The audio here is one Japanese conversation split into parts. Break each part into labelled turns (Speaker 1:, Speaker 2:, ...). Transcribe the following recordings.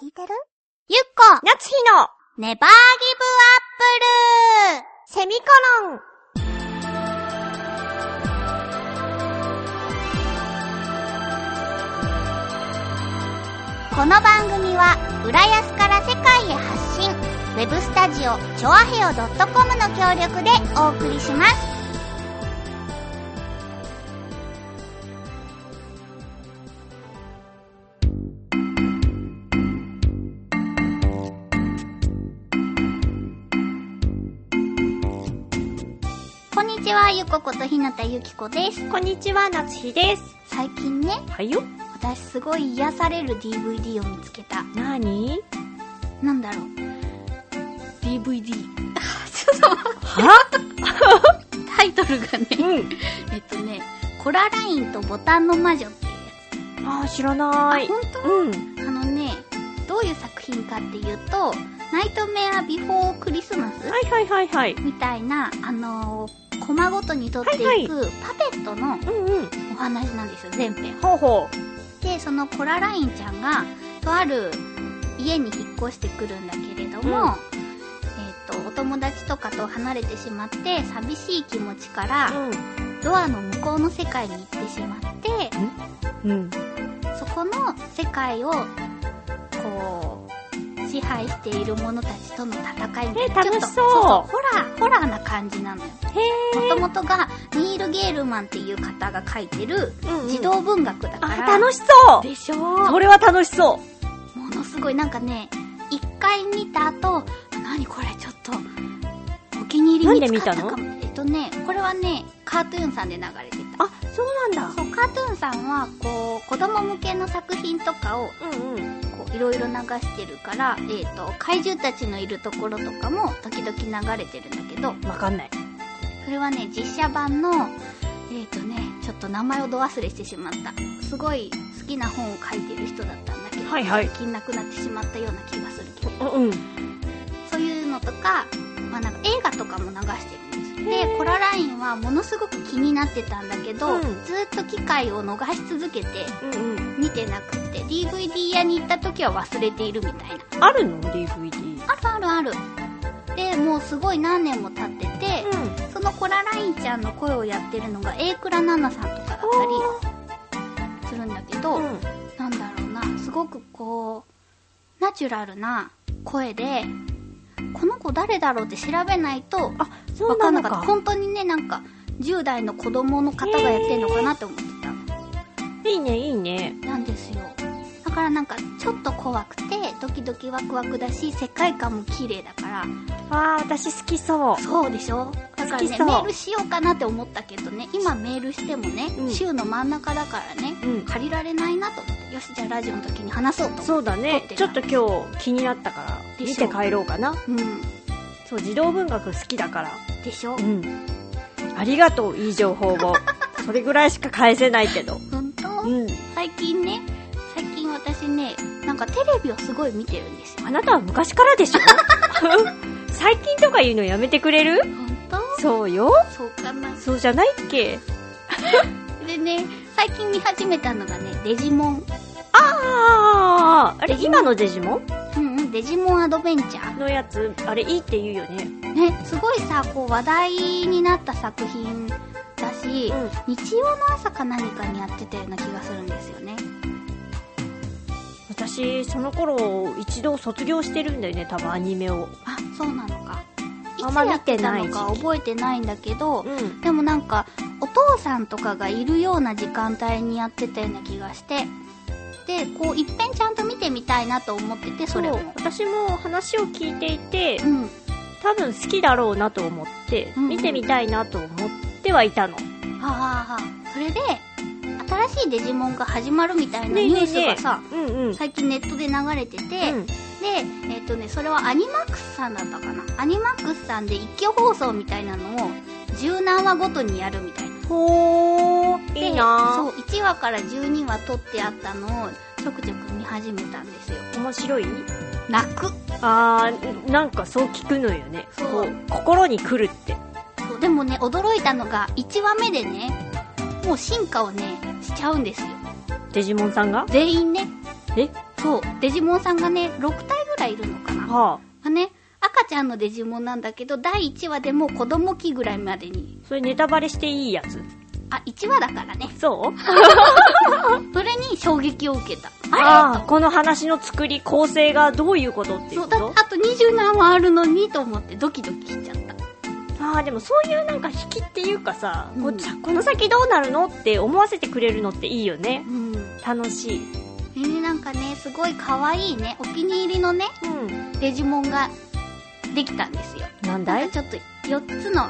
Speaker 1: 聞いてるゆっこ
Speaker 2: 夏日の
Speaker 1: ネバーギブアップルセミコロンこの番組は浦安から世界へ発信ウェブスタジオチョアヘオ .com の協力でお送りしますこんにちはゆこことひなたゆきこです
Speaker 2: こんにちは、夏日です。
Speaker 1: 最近ね
Speaker 2: はいよ。
Speaker 1: 私すごい癒される DVD を見つけた
Speaker 2: なーに
Speaker 1: なんだろ う DVD
Speaker 2: は
Speaker 1: タイトルがね
Speaker 2: うん。
Speaker 1: えっとね、コララインとボタンの魔女っていう
Speaker 2: あー、知らな
Speaker 1: やつ。
Speaker 2: い。
Speaker 1: 本
Speaker 2: うん。
Speaker 1: 当あのね、どういう作品かっていうと、ナイトメアビフォークリスマス
Speaker 2: はいはいはいはい。
Speaker 1: みたいな、あのー、コマごとに撮って
Speaker 2: はいい
Speaker 1: くパペットの
Speaker 2: うんうん。
Speaker 1: お話なんですよ、全編。
Speaker 2: ほうほ
Speaker 1: で、そのコララインちゃんが、とある家に引っ越してくるんだけれども、
Speaker 2: う
Speaker 1: え
Speaker 2: ん
Speaker 1: っと、お友達とかと離れてしまって、寂しい気持ちから、
Speaker 2: う。
Speaker 1: ドアの向こうの世界に行ってしまって、
Speaker 2: うん。うん。
Speaker 1: そこの世界をこう支配している者たちとの戦いみたいな、
Speaker 2: え
Speaker 1: ちょっと
Speaker 2: 楽しそう
Speaker 1: うホラーホラーな感じなのよ
Speaker 2: へ
Speaker 1: もともとがニール・ゲールマンっていう方が書いてる
Speaker 2: ー。うん、うん。
Speaker 1: 児童文学だから、
Speaker 2: あ、楽しそう
Speaker 1: でしょ
Speaker 2: そ
Speaker 1: も
Speaker 2: れは楽しそう。
Speaker 1: のすごいなんかね一回見た後何これちょっとお気に入り見つかったか
Speaker 2: なん
Speaker 1: もえっとねこれはねカートゥーンさんで流れてた
Speaker 2: あ、そうなんだ。
Speaker 1: そうカートゥーンさんはこう子供向けの作品とかを
Speaker 2: うんうん。
Speaker 1: こういろいろ流してるから、えー、と怪獣たちのいるところとかも時々流れてるんだけど
Speaker 2: わかんない。
Speaker 1: それはね実写版のえっ、ー、とねちょっと名前をど忘れしてしまったすごい好きな本を書いてる人だったんだけど、
Speaker 2: はいはい
Speaker 1: 最近なくなってしまったような気がするけど
Speaker 2: うん。
Speaker 1: そういうのとか,、まあ、なんか映画とかも流してるんですでコララインはものすごく気になってたんだけど、
Speaker 2: うん
Speaker 1: ずっと機会を逃し続けて
Speaker 2: うんうん。
Speaker 1: 見てなくて DVD 屋に行った時は忘れているみたいな
Speaker 2: あるの ?DVD。
Speaker 1: あるあるある。で、もうすごい何年も経ってて、
Speaker 2: ん。
Speaker 1: そのコララインちゃんの声をやってるのが、A 倉奈々さんとかだっ
Speaker 2: あ
Speaker 1: たりするんだけど、
Speaker 2: ーうん。
Speaker 1: なんだろうな、すごくこう、ナチュラルな声で、この子誰だろうって調べないと、
Speaker 2: あ、そ
Speaker 1: わ
Speaker 2: う
Speaker 1: か
Speaker 2: なんの
Speaker 1: なかった。
Speaker 2: か。
Speaker 1: 本当にね、なんか、10代の子供の方がやってんのかなって思って
Speaker 2: いいね、いいね。
Speaker 1: た。なんですよ。だからなんか、ちょっと怖くて、ドキドキワクワクだし、世界観も綺麗だから、
Speaker 2: あー、私好きそう。
Speaker 1: そうでしょだからね、
Speaker 2: 好き
Speaker 1: メ
Speaker 2: そう
Speaker 1: ールしようかなって思ったけどね、今メールしてもね、
Speaker 2: うん
Speaker 1: 週の真ん中だからね、
Speaker 2: うん
Speaker 1: 借りられないなと思って、よし、じゃあラジオの時に話そうと思
Speaker 2: そうだ
Speaker 1: 撮
Speaker 2: ね
Speaker 1: って。た
Speaker 2: ちょっと今日気になったから、
Speaker 1: でしょ
Speaker 2: 見て帰ろうかな。
Speaker 1: う。うん。
Speaker 2: そう、児童文学好きだから。
Speaker 1: でしょ
Speaker 2: うん。ありがとう、いい情報 を。それぐらいしか返せないけど。
Speaker 1: ほんと
Speaker 2: うん。
Speaker 1: 最近ね、最近私ね、なんかテレビをすごい見てるんですよ。
Speaker 2: あなたは昔から でしょ最近とか言うのやめてくれる
Speaker 1: ほんと
Speaker 2: そうよ。
Speaker 1: そうかな。
Speaker 2: そうじゃないっけ
Speaker 1: でね、最近見始めたのがね、デジモン。
Speaker 2: ああ、あれ
Speaker 1: デジモン
Speaker 2: 今のデジモン
Speaker 1: うんうん、デジモンアドベンチャ
Speaker 2: のやつ、あれいいって言うよね。
Speaker 1: ー。ね、すごいさ、こう話題になった作品だし、
Speaker 2: う
Speaker 1: 日曜の朝か何かにやってたような気がするんですよね
Speaker 2: ん。私、その頃、一度卒業してるんだよね、多分アニメを。
Speaker 1: あそうなのかい
Speaker 2: あんま
Speaker 1: つや
Speaker 2: 見
Speaker 1: って
Speaker 2: て
Speaker 1: た
Speaker 2: ない
Speaker 1: のか
Speaker 2: 時期
Speaker 1: 覚えてないんだけど
Speaker 2: うん。
Speaker 1: でもなんかお父さんとかがいるような時間帯にやってたような気がしてでこういっぺんちゃんと見てみたいなと思っててそれも
Speaker 2: う私も話を聞いていて、
Speaker 1: うん
Speaker 2: 多分好きだろうなと思って、
Speaker 1: うんうん
Speaker 2: 見てみたいなと思ってはいたの。
Speaker 1: はあはあはあそれで新しいデジモンが始まるみたいなニュースがさ、
Speaker 2: うんうん。
Speaker 1: 最近ネットで流れてて、
Speaker 2: うん
Speaker 1: で、えっ、とね、それはアニマックスさんだったかな。アニマックスさんで一挙放送みたいなのを十何話ごとにやるみたいな。
Speaker 2: ほー、
Speaker 1: で
Speaker 2: いいな
Speaker 1: そう、1話から12話撮ってあったのをちょくちょく見始めたんですよ。
Speaker 2: ー面白い
Speaker 1: 泣く。
Speaker 2: あー、なんかそう聞くのよね。
Speaker 1: そう
Speaker 2: こう心に来るって。
Speaker 1: そう、でもね、驚いたのが1話目でね、もう進化をね、しちゃうんですよ。
Speaker 2: デジモンさんが
Speaker 1: 全員ね。
Speaker 2: え
Speaker 1: そうデジモンさんがね6体ぐらいいるのかなま
Speaker 2: はあ
Speaker 1: あね赤ちゃんのデジモンなんだけど第1話でもう子供期ぐらいまでに
Speaker 2: それネタバレしていいやつ
Speaker 1: あ1話だからね
Speaker 2: そう
Speaker 1: それに衝撃を受けたあ
Speaker 2: ああこの話の作り構成がどういうことって
Speaker 1: れ
Speaker 2: い
Speaker 1: そ
Speaker 2: う
Speaker 1: う
Speaker 2: こ
Speaker 1: だ
Speaker 2: と
Speaker 1: ってあと20何話あるのにと思ってドキドキしちゃった
Speaker 2: ああでもそういうなんか引きっていうかさ、こう
Speaker 1: うん
Speaker 2: じゃこの先どうなるのって思わせてくれるのっていいよね
Speaker 1: うん
Speaker 2: 楽しい
Speaker 1: えーなんかねすごい可愛いねお気に入りのね
Speaker 2: うん
Speaker 1: デジモンができたんですよ
Speaker 2: なんだ
Speaker 1: なん
Speaker 2: い
Speaker 1: かちょっと4つの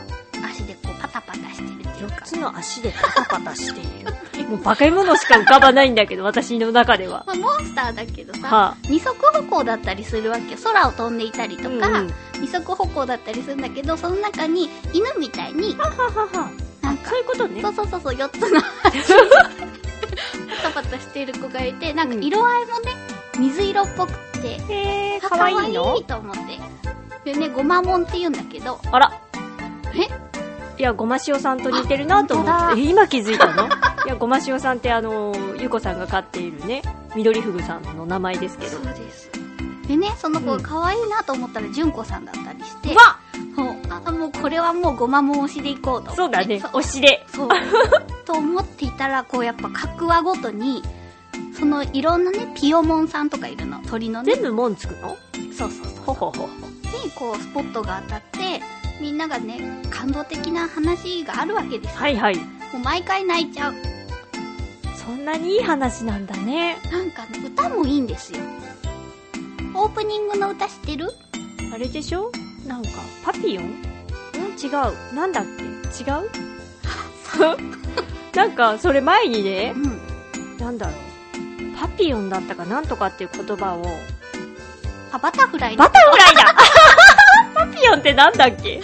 Speaker 1: 足でこうパタパタしてるっていう
Speaker 2: 4
Speaker 1: か
Speaker 2: つの足でパタパタしているもうバカ者しか浮かばないんだけど私の中では
Speaker 1: まあ、モンスターだけどさ、
Speaker 2: は
Speaker 1: 二足歩行だったりするわけよ空を飛んでいたりと
Speaker 2: あ
Speaker 1: か、
Speaker 2: うんうん
Speaker 1: 二足歩行だったりするんだけどその中に犬みたいに
Speaker 2: はははは
Speaker 1: なん
Speaker 2: そういうことね
Speaker 1: そうそうそうそう4つのパタパタしてる子がいてなんか色合いもね水色っぽくて
Speaker 2: へえ
Speaker 1: あ
Speaker 2: かわいい
Speaker 1: 可愛
Speaker 2: の
Speaker 1: と思ってでねごまもんって言うんだけど
Speaker 2: あら
Speaker 1: え
Speaker 2: いやごましおさんと似てるなと思
Speaker 1: あ本
Speaker 2: っ
Speaker 1: 当
Speaker 2: てえ今気づいたのいやごましおさんってあのゆこさんが飼っているね緑ふぐさんの名前ですけど
Speaker 1: そうですでねその子が
Speaker 2: うん
Speaker 1: 可愛いなと思ったら純子さんだったりして、
Speaker 2: うわ
Speaker 1: そうあもうこれはもうごまもん推しでいこうと思って
Speaker 2: そうだね推しで
Speaker 1: そう。 と思っていたら、こうやっぱ各話ごとに、そのいろんなね、ピヨモンさんとかいるの。鳥のね。
Speaker 2: 全部もんつくの
Speaker 1: そうそうそう。
Speaker 2: ほほほ
Speaker 1: に、こう、スポットが当たって、みんながね、感動的な話があるわけですよ。
Speaker 2: はいはい
Speaker 1: もう毎回泣いちゃう。
Speaker 2: そんなにいい話なんだね
Speaker 1: なんかね、歌もいいんですよ。オープニングの歌知ってる
Speaker 2: あれでしょなんかパピヨンん違うなんだっけ違う なんかそれ前にね
Speaker 1: うん。
Speaker 2: なんだろうパピヨンだったかなんとかっていう言葉を
Speaker 1: あ、バタフライの
Speaker 2: バタフライだ パピヨンってなんだっけ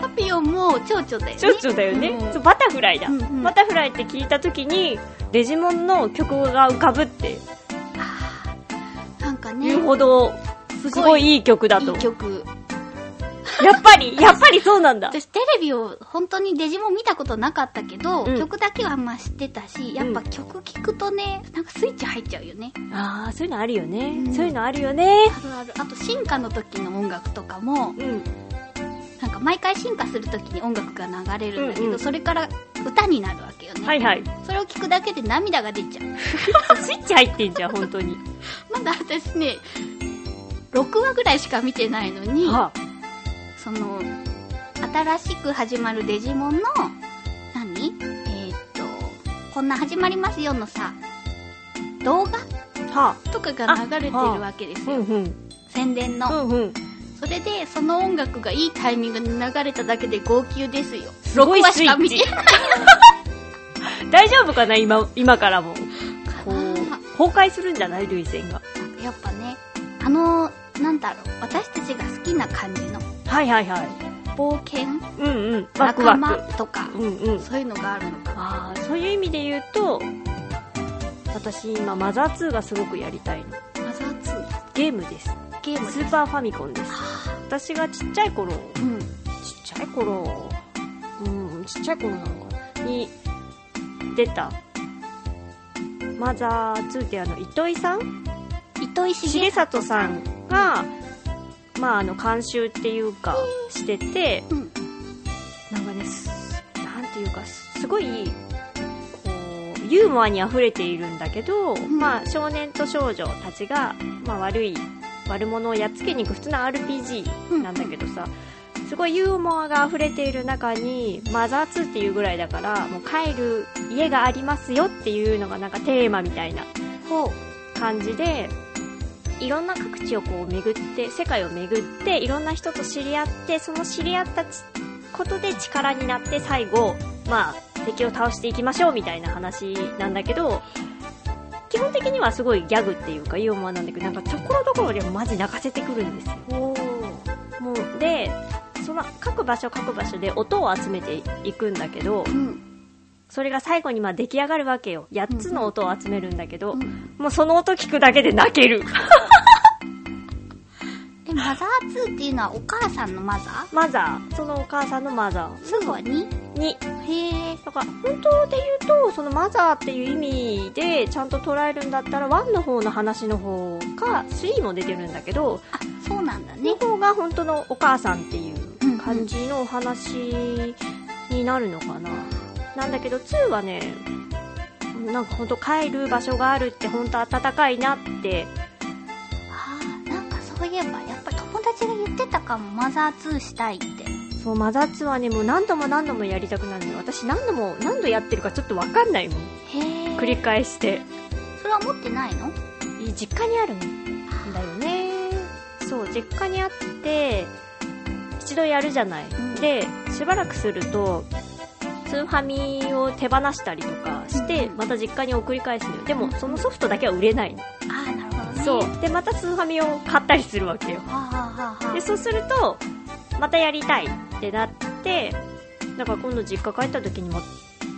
Speaker 1: パピオンも蝶々だよね。
Speaker 2: ちょちょだよね、
Speaker 1: うん
Speaker 2: そうバタフライだ、
Speaker 1: うんうん
Speaker 2: バタフライって聞いた時にデジモンの曲が浮かぶって
Speaker 1: あーなんかね
Speaker 2: いう、ほどすごいいい曲だ
Speaker 1: い
Speaker 2: と
Speaker 1: い曲。
Speaker 2: やっぱりやっぱりそうなんだ
Speaker 1: 私テレビを本当にデジモン見たことなかったけど、
Speaker 2: うん
Speaker 1: 曲だけはまあ知ってたしやっぱ曲聴くとねなんかスイッチ入っちゃうよね
Speaker 2: ああそういうのあるよね、
Speaker 1: うん
Speaker 2: そういうのあるよね
Speaker 1: あるあるあと進化の時の音楽とかも
Speaker 2: うん
Speaker 1: なんか毎回進化する時に音楽が流れるんだけど、
Speaker 2: うんうん
Speaker 1: それから歌になるわけよね、
Speaker 2: はいはい
Speaker 1: それを聴くだけで涙が出ちゃう
Speaker 2: スイッチ入ってんじゃん本当に、
Speaker 1: まだ私ね6話ぐらいしか見てないのに
Speaker 2: は
Speaker 1: その新しく始まるデジモンの何えーっとこんな始まりますよのさ動画
Speaker 2: あは
Speaker 1: とかが流れてるわけです
Speaker 2: あう
Speaker 1: よ、
Speaker 2: んうん
Speaker 1: 宣伝
Speaker 2: う
Speaker 1: の、
Speaker 2: んうん
Speaker 1: それでその音楽がいいタイミングで流れただけで号泣ですよ
Speaker 2: すごい
Speaker 1: 6話
Speaker 2: ス
Speaker 1: し
Speaker 2: イ
Speaker 1: か見
Speaker 2: ッ
Speaker 1: て
Speaker 2: チ大丈夫かな今今からもこう崩壊するんじゃない涙腺が
Speaker 1: やっぱねあのなんだろう私たちが好きな感じの
Speaker 2: はいはいはい
Speaker 1: 冒険
Speaker 2: うんうんワク
Speaker 1: 仲
Speaker 2: ワ
Speaker 1: 間
Speaker 2: ク
Speaker 1: とか
Speaker 2: うんうん
Speaker 1: そういうのがあるのかな
Speaker 2: ああそういう意味で言うと私今マザー2がすごくやりたいの
Speaker 1: マザー2
Speaker 2: ゲームです
Speaker 1: ゲーム
Speaker 2: ス
Speaker 1: で
Speaker 2: ーパーファミコンです
Speaker 1: あ
Speaker 2: 私がちっちゃい頃
Speaker 1: ーうん
Speaker 2: ちっちゃい頃、うん、ちっちゃい頃なのかなに出た、マザー2ってあの、糸井さん
Speaker 1: 糸井
Speaker 2: 重
Speaker 1: 重
Speaker 2: 里さんが、まああの、監修っていうか、してて、
Speaker 1: うん
Speaker 2: なんかね、すなんていうか、すごい、こう、ユーモアに溢れているんだけど、
Speaker 1: ん
Speaker 2: まあ少年と少女たちが、まあ悪い、悪者をやっつけに行く普通の RPG なんだけどさ、すごいユーモアが溢れている中に、マザー2っていうぐらいだから、もう帰る家がありますよっていうのがなんかテーマみたいな
Speaker 1: ほう
Speaker 2: 感じで、いろんな各地をこう巡って、世界を巡って、いろんな人と知り合って、その知り合ったちことで力になって最後、まあ敵を倒していきましょうみたいな話なんだけど、基本的にはすごいギャグっていうかユーモアなんだけど、なんかところどころでマジ泣かせてくるんですよ。
Speaker 1: ほう
Speaker 2: もうでその各場所各場所で音を集めていくんだけど
Speaker 1: うん
Speaker 2: それが最後にまあ出来上がるわけよ8つの音を集めるんだけど、
Speaker 1: うん
Speaker 2: もうその音聞くだけで泣ける
Speaker 1: ええ、マザー2っていうのはお母さんのマザ
Speaker 2: マザー、そのお母さんのマザ
Speaker 1: ーすぐはに
Speaker 2: ーに、
Speaker 1: へえ。
Speaker 2: だから本当で言うと、そのマザーっていう意味でちゃんと捉えるんだったら、1の方の話の方か、3も出てるんだけど、
Speaker 1: あ、そうなんだね
Speaker 2: の。方が本当のお母さんっていう感じのお話になるのかな。なんだけど、2はね、なんか本当帰る場所があるって本当暖かいなって、
Speaker 1: あーなんかそういえば、やっぱ友達が言ってたかも、マザー2したいって。
Speaker 2: そう、マザー2はね、もう何度も何度もやりたくなるのよ。私何度も、何度やってるかちょっとわかんないもん。
Speaker 1: へえ。
Speaker 2: 繰り返して。
Speaker 1: それは持ってないの
Speaker 2: 実家にあるんだよねそう実家にあって一度やるじゃない、
Speaker 1: ん
Speaker 2: でしばらくするとスーファミを手放したりとかして、
Speaker 1: うん
Speaker 2: また実家に送り返すのよでもそのソフトだけは売れないの、
Speaker 1: ああ、なるほどね。
Speaker 2: そうでまたスーファミを買ったりするわけよ
Speaker 1: はあ、はあはあは
Speaker 2: でそうするとまたやりたいってなってだから今度実家帰った時に持っ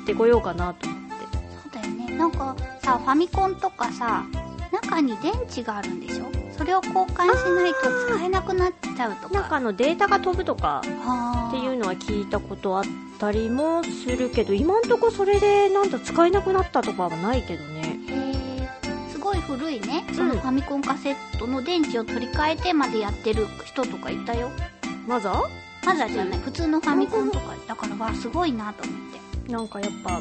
Speaker 2: てこようかなと思って
Speaker 1: あ、そうだよね。なんかさ、ファミコンとかさ、中に電池があるんでしょそれを交換しないと使えなくなっちゃうとか。
Speaker 2: なんかあのデータが飛ぶとか
Speaker 1: はあ
Speaker 2: っていうのは聞いたことあったりもするけど今んとこそれでなんと使えなくなったとかはないけどね
Speaker 1: へーすごい古いねその
Speaker 2: うん
Speaker 1: ファミコンカセットの電池を取り替えてまでやってる人とかいたよ
Speaker 2: マザ
Speaker 1: まだじゃない普通のファミコンとかだからわあすごいなと思って
Speaker 2: ーなんかやっぱ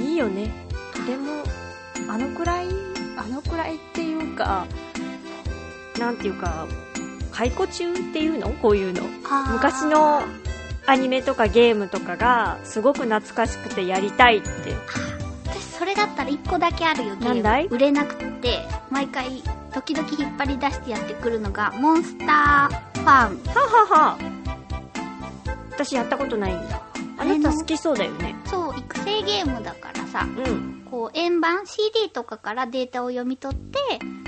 Speaker 2: いいよねとてもあのくらいあのくらいっていうかなんていうか解雇中っていうのこういうの
Speaker 1: あー
Speaker 2: 昔のアニメとかゲームとかがすごく懐かしくてやりたいって
Speaker 1: 私それだったら1個だけあるよゲーム
Speaker 2: なんだい
Speaker 1: 売れなくって毎回時々引っ張り出してやってくるのがモンスターファーム
Speaker 2: ははは私やったことないんだあなた好きそうだよね
Speaker 1: そう育成ゲームだからさ
Speaker 2: うん
Speaker 1: こう円盤 CD とかからデータを読み取って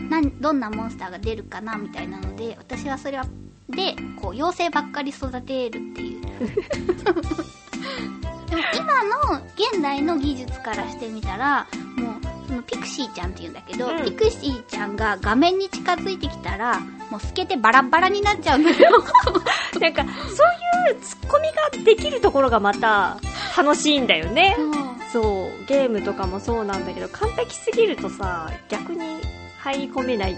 Speaker 1: なんどんなモンスターが出るかなみたいなので私はそれはでこう妖精ばっかり育てるっていう でも今の現代の技術からしてみたらもうそのピクシーちゃんっていうんだけど、
Speaker 2: うん
Speaker 1: ピクシーちゃんが画面に近づいてきたらもう透けてバラッバラになっちゃうんだよ
Speaker 2: なんか、そういうツッコミができるところがまた楽しいんだよね。そう、ゲームとかもそうなんだけど、完璧すぎるとさ、逆に入り込めない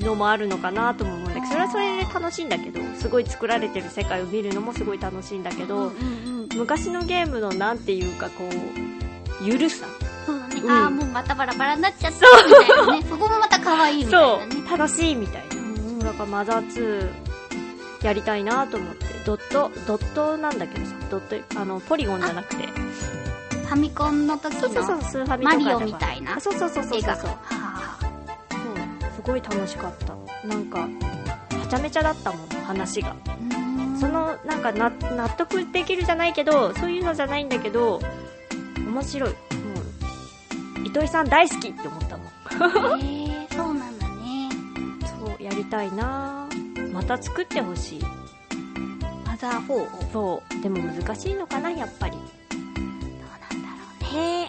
Speaker 2: のもあるのかなとも思うんだけど、それはそれで楽しいんだけど、すごい作られてる世界を見るのもすごい楽しいんだけ
Speaker 1: うんう
Speaker 2: ど、
Speaker 1: んうん
Speaker 2: 昔のゲームのなんていうかこう、ゆるさ。
Speaker 1: そうだね、
Speaker 2: うん
Speaker 1: ああもうまたバラバラになっちゃったみたいなねそこもまた可愛いみたいな
Speaker 2: そ
Speaker 1: ね
Speaker 2: う、楽しいみたいな。そうだからマザー2やりたいなと思って、ドット、ドットなんだけどさ、ドット、あの、ポリゴンじゃなくて、
Speaker 1: ファミコンの時
Speaker 2: そうそうそう
Speaker 1: の、
Speaker 2: スーファミと
Speaker 1: マ
Speaker 2: か
Speaker 1: リオみたいな
Speaker 2: あそうそうそうそう
Speaker 1: 絵
Speaker 2: そ
Speaker 1: が
Speaker 2: うそう
Speaker 1: はあ
Speaker 2: すごい楽しかったなんかはちゃめちゃだったもん話が
Speaker 1: うーん
Speaker 2: そのなんかな納得できるじゃないけどそういうのじゃないんだけど面白いもう糸井さん大好きって思ったもん
Speaker 1: へえそうなんだね
Speaker 2: そうやりたいなまた作ってほしい
Speaker 1: マザー4をどう
Speaker 2: そうでも難しいのかなやっぱり
Speaker 1: なんだろうね
Speaker 2: へえ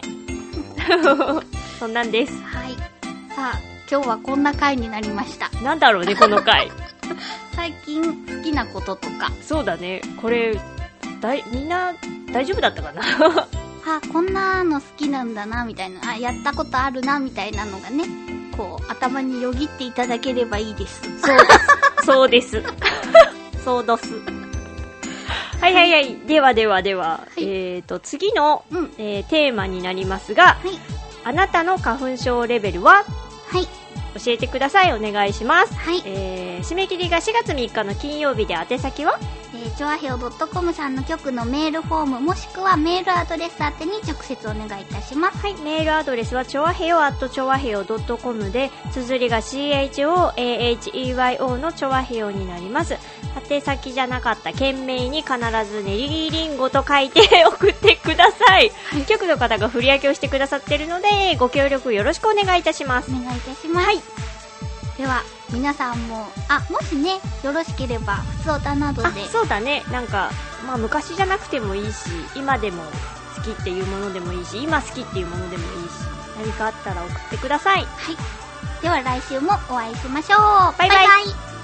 Speaker 2: そんなんです
Speaker 1: はいさあ今日はこんな回になりました
Speaker 2: なんだろうねこの 回
Speaker 1: 最近好きなこととか
Speaker 2: そうだねこれだいみんな大丈夫だったかな
Speaker 1: あこんなの好きなんだなみたいなあやったことあるなみたいなのがねこう頭によぎっていただければいいです
Speaker 2: そうです。そう です。そうどす。はいはいはい。ではではでは、
Speaker 1: い
Speaker 2: えっ、と、次の、
Speaker 1: うんは
Speaker 2: えーテーマになりますが、
Speaker 1: い
Speaker 2: あなたの花粉症レベル
Speaker 1: は
Speaker 2: は
Speaker 1: い
Speaker 2: 教えてください。お願いします。
Speaker 1: はい
Speaker 2: えー締め切りが4月3日の金曜日で宛先は
Speaker 1: えー、チョアヘオ .com さんの局のメールフォームもしくはメールアドレス宛てに直接お願いいたします。
Speaker 2: はい、メールアドレスは、ちょわへよ at ちょわへよ .com で、綴りが CHOAHEYO のちょわへよになります。宛先じゃなかった、件名に必ずねりりりんごと書いて送ってください。局の方が振り分けをしてくださってるので、ご協力よろしくお願いいたします
Speaker 1: お。願いいたします。
Speaker 2: はい
Speaker 1: では、皆さんも、あ、もしね、よろしければ、普通歌などで
Speaker 2: あ、、そうだね。なんか、まあ昔じゃなくてもいいし、今でも好きっていうものでもいいし、今好きっていうものでもいいし、何かあったら送ってください。
Speaker 1: はい。
Speaker 2: では来週もお会いしましょう。
Speaker 1: バイバイ
Speaker 2: バイバイ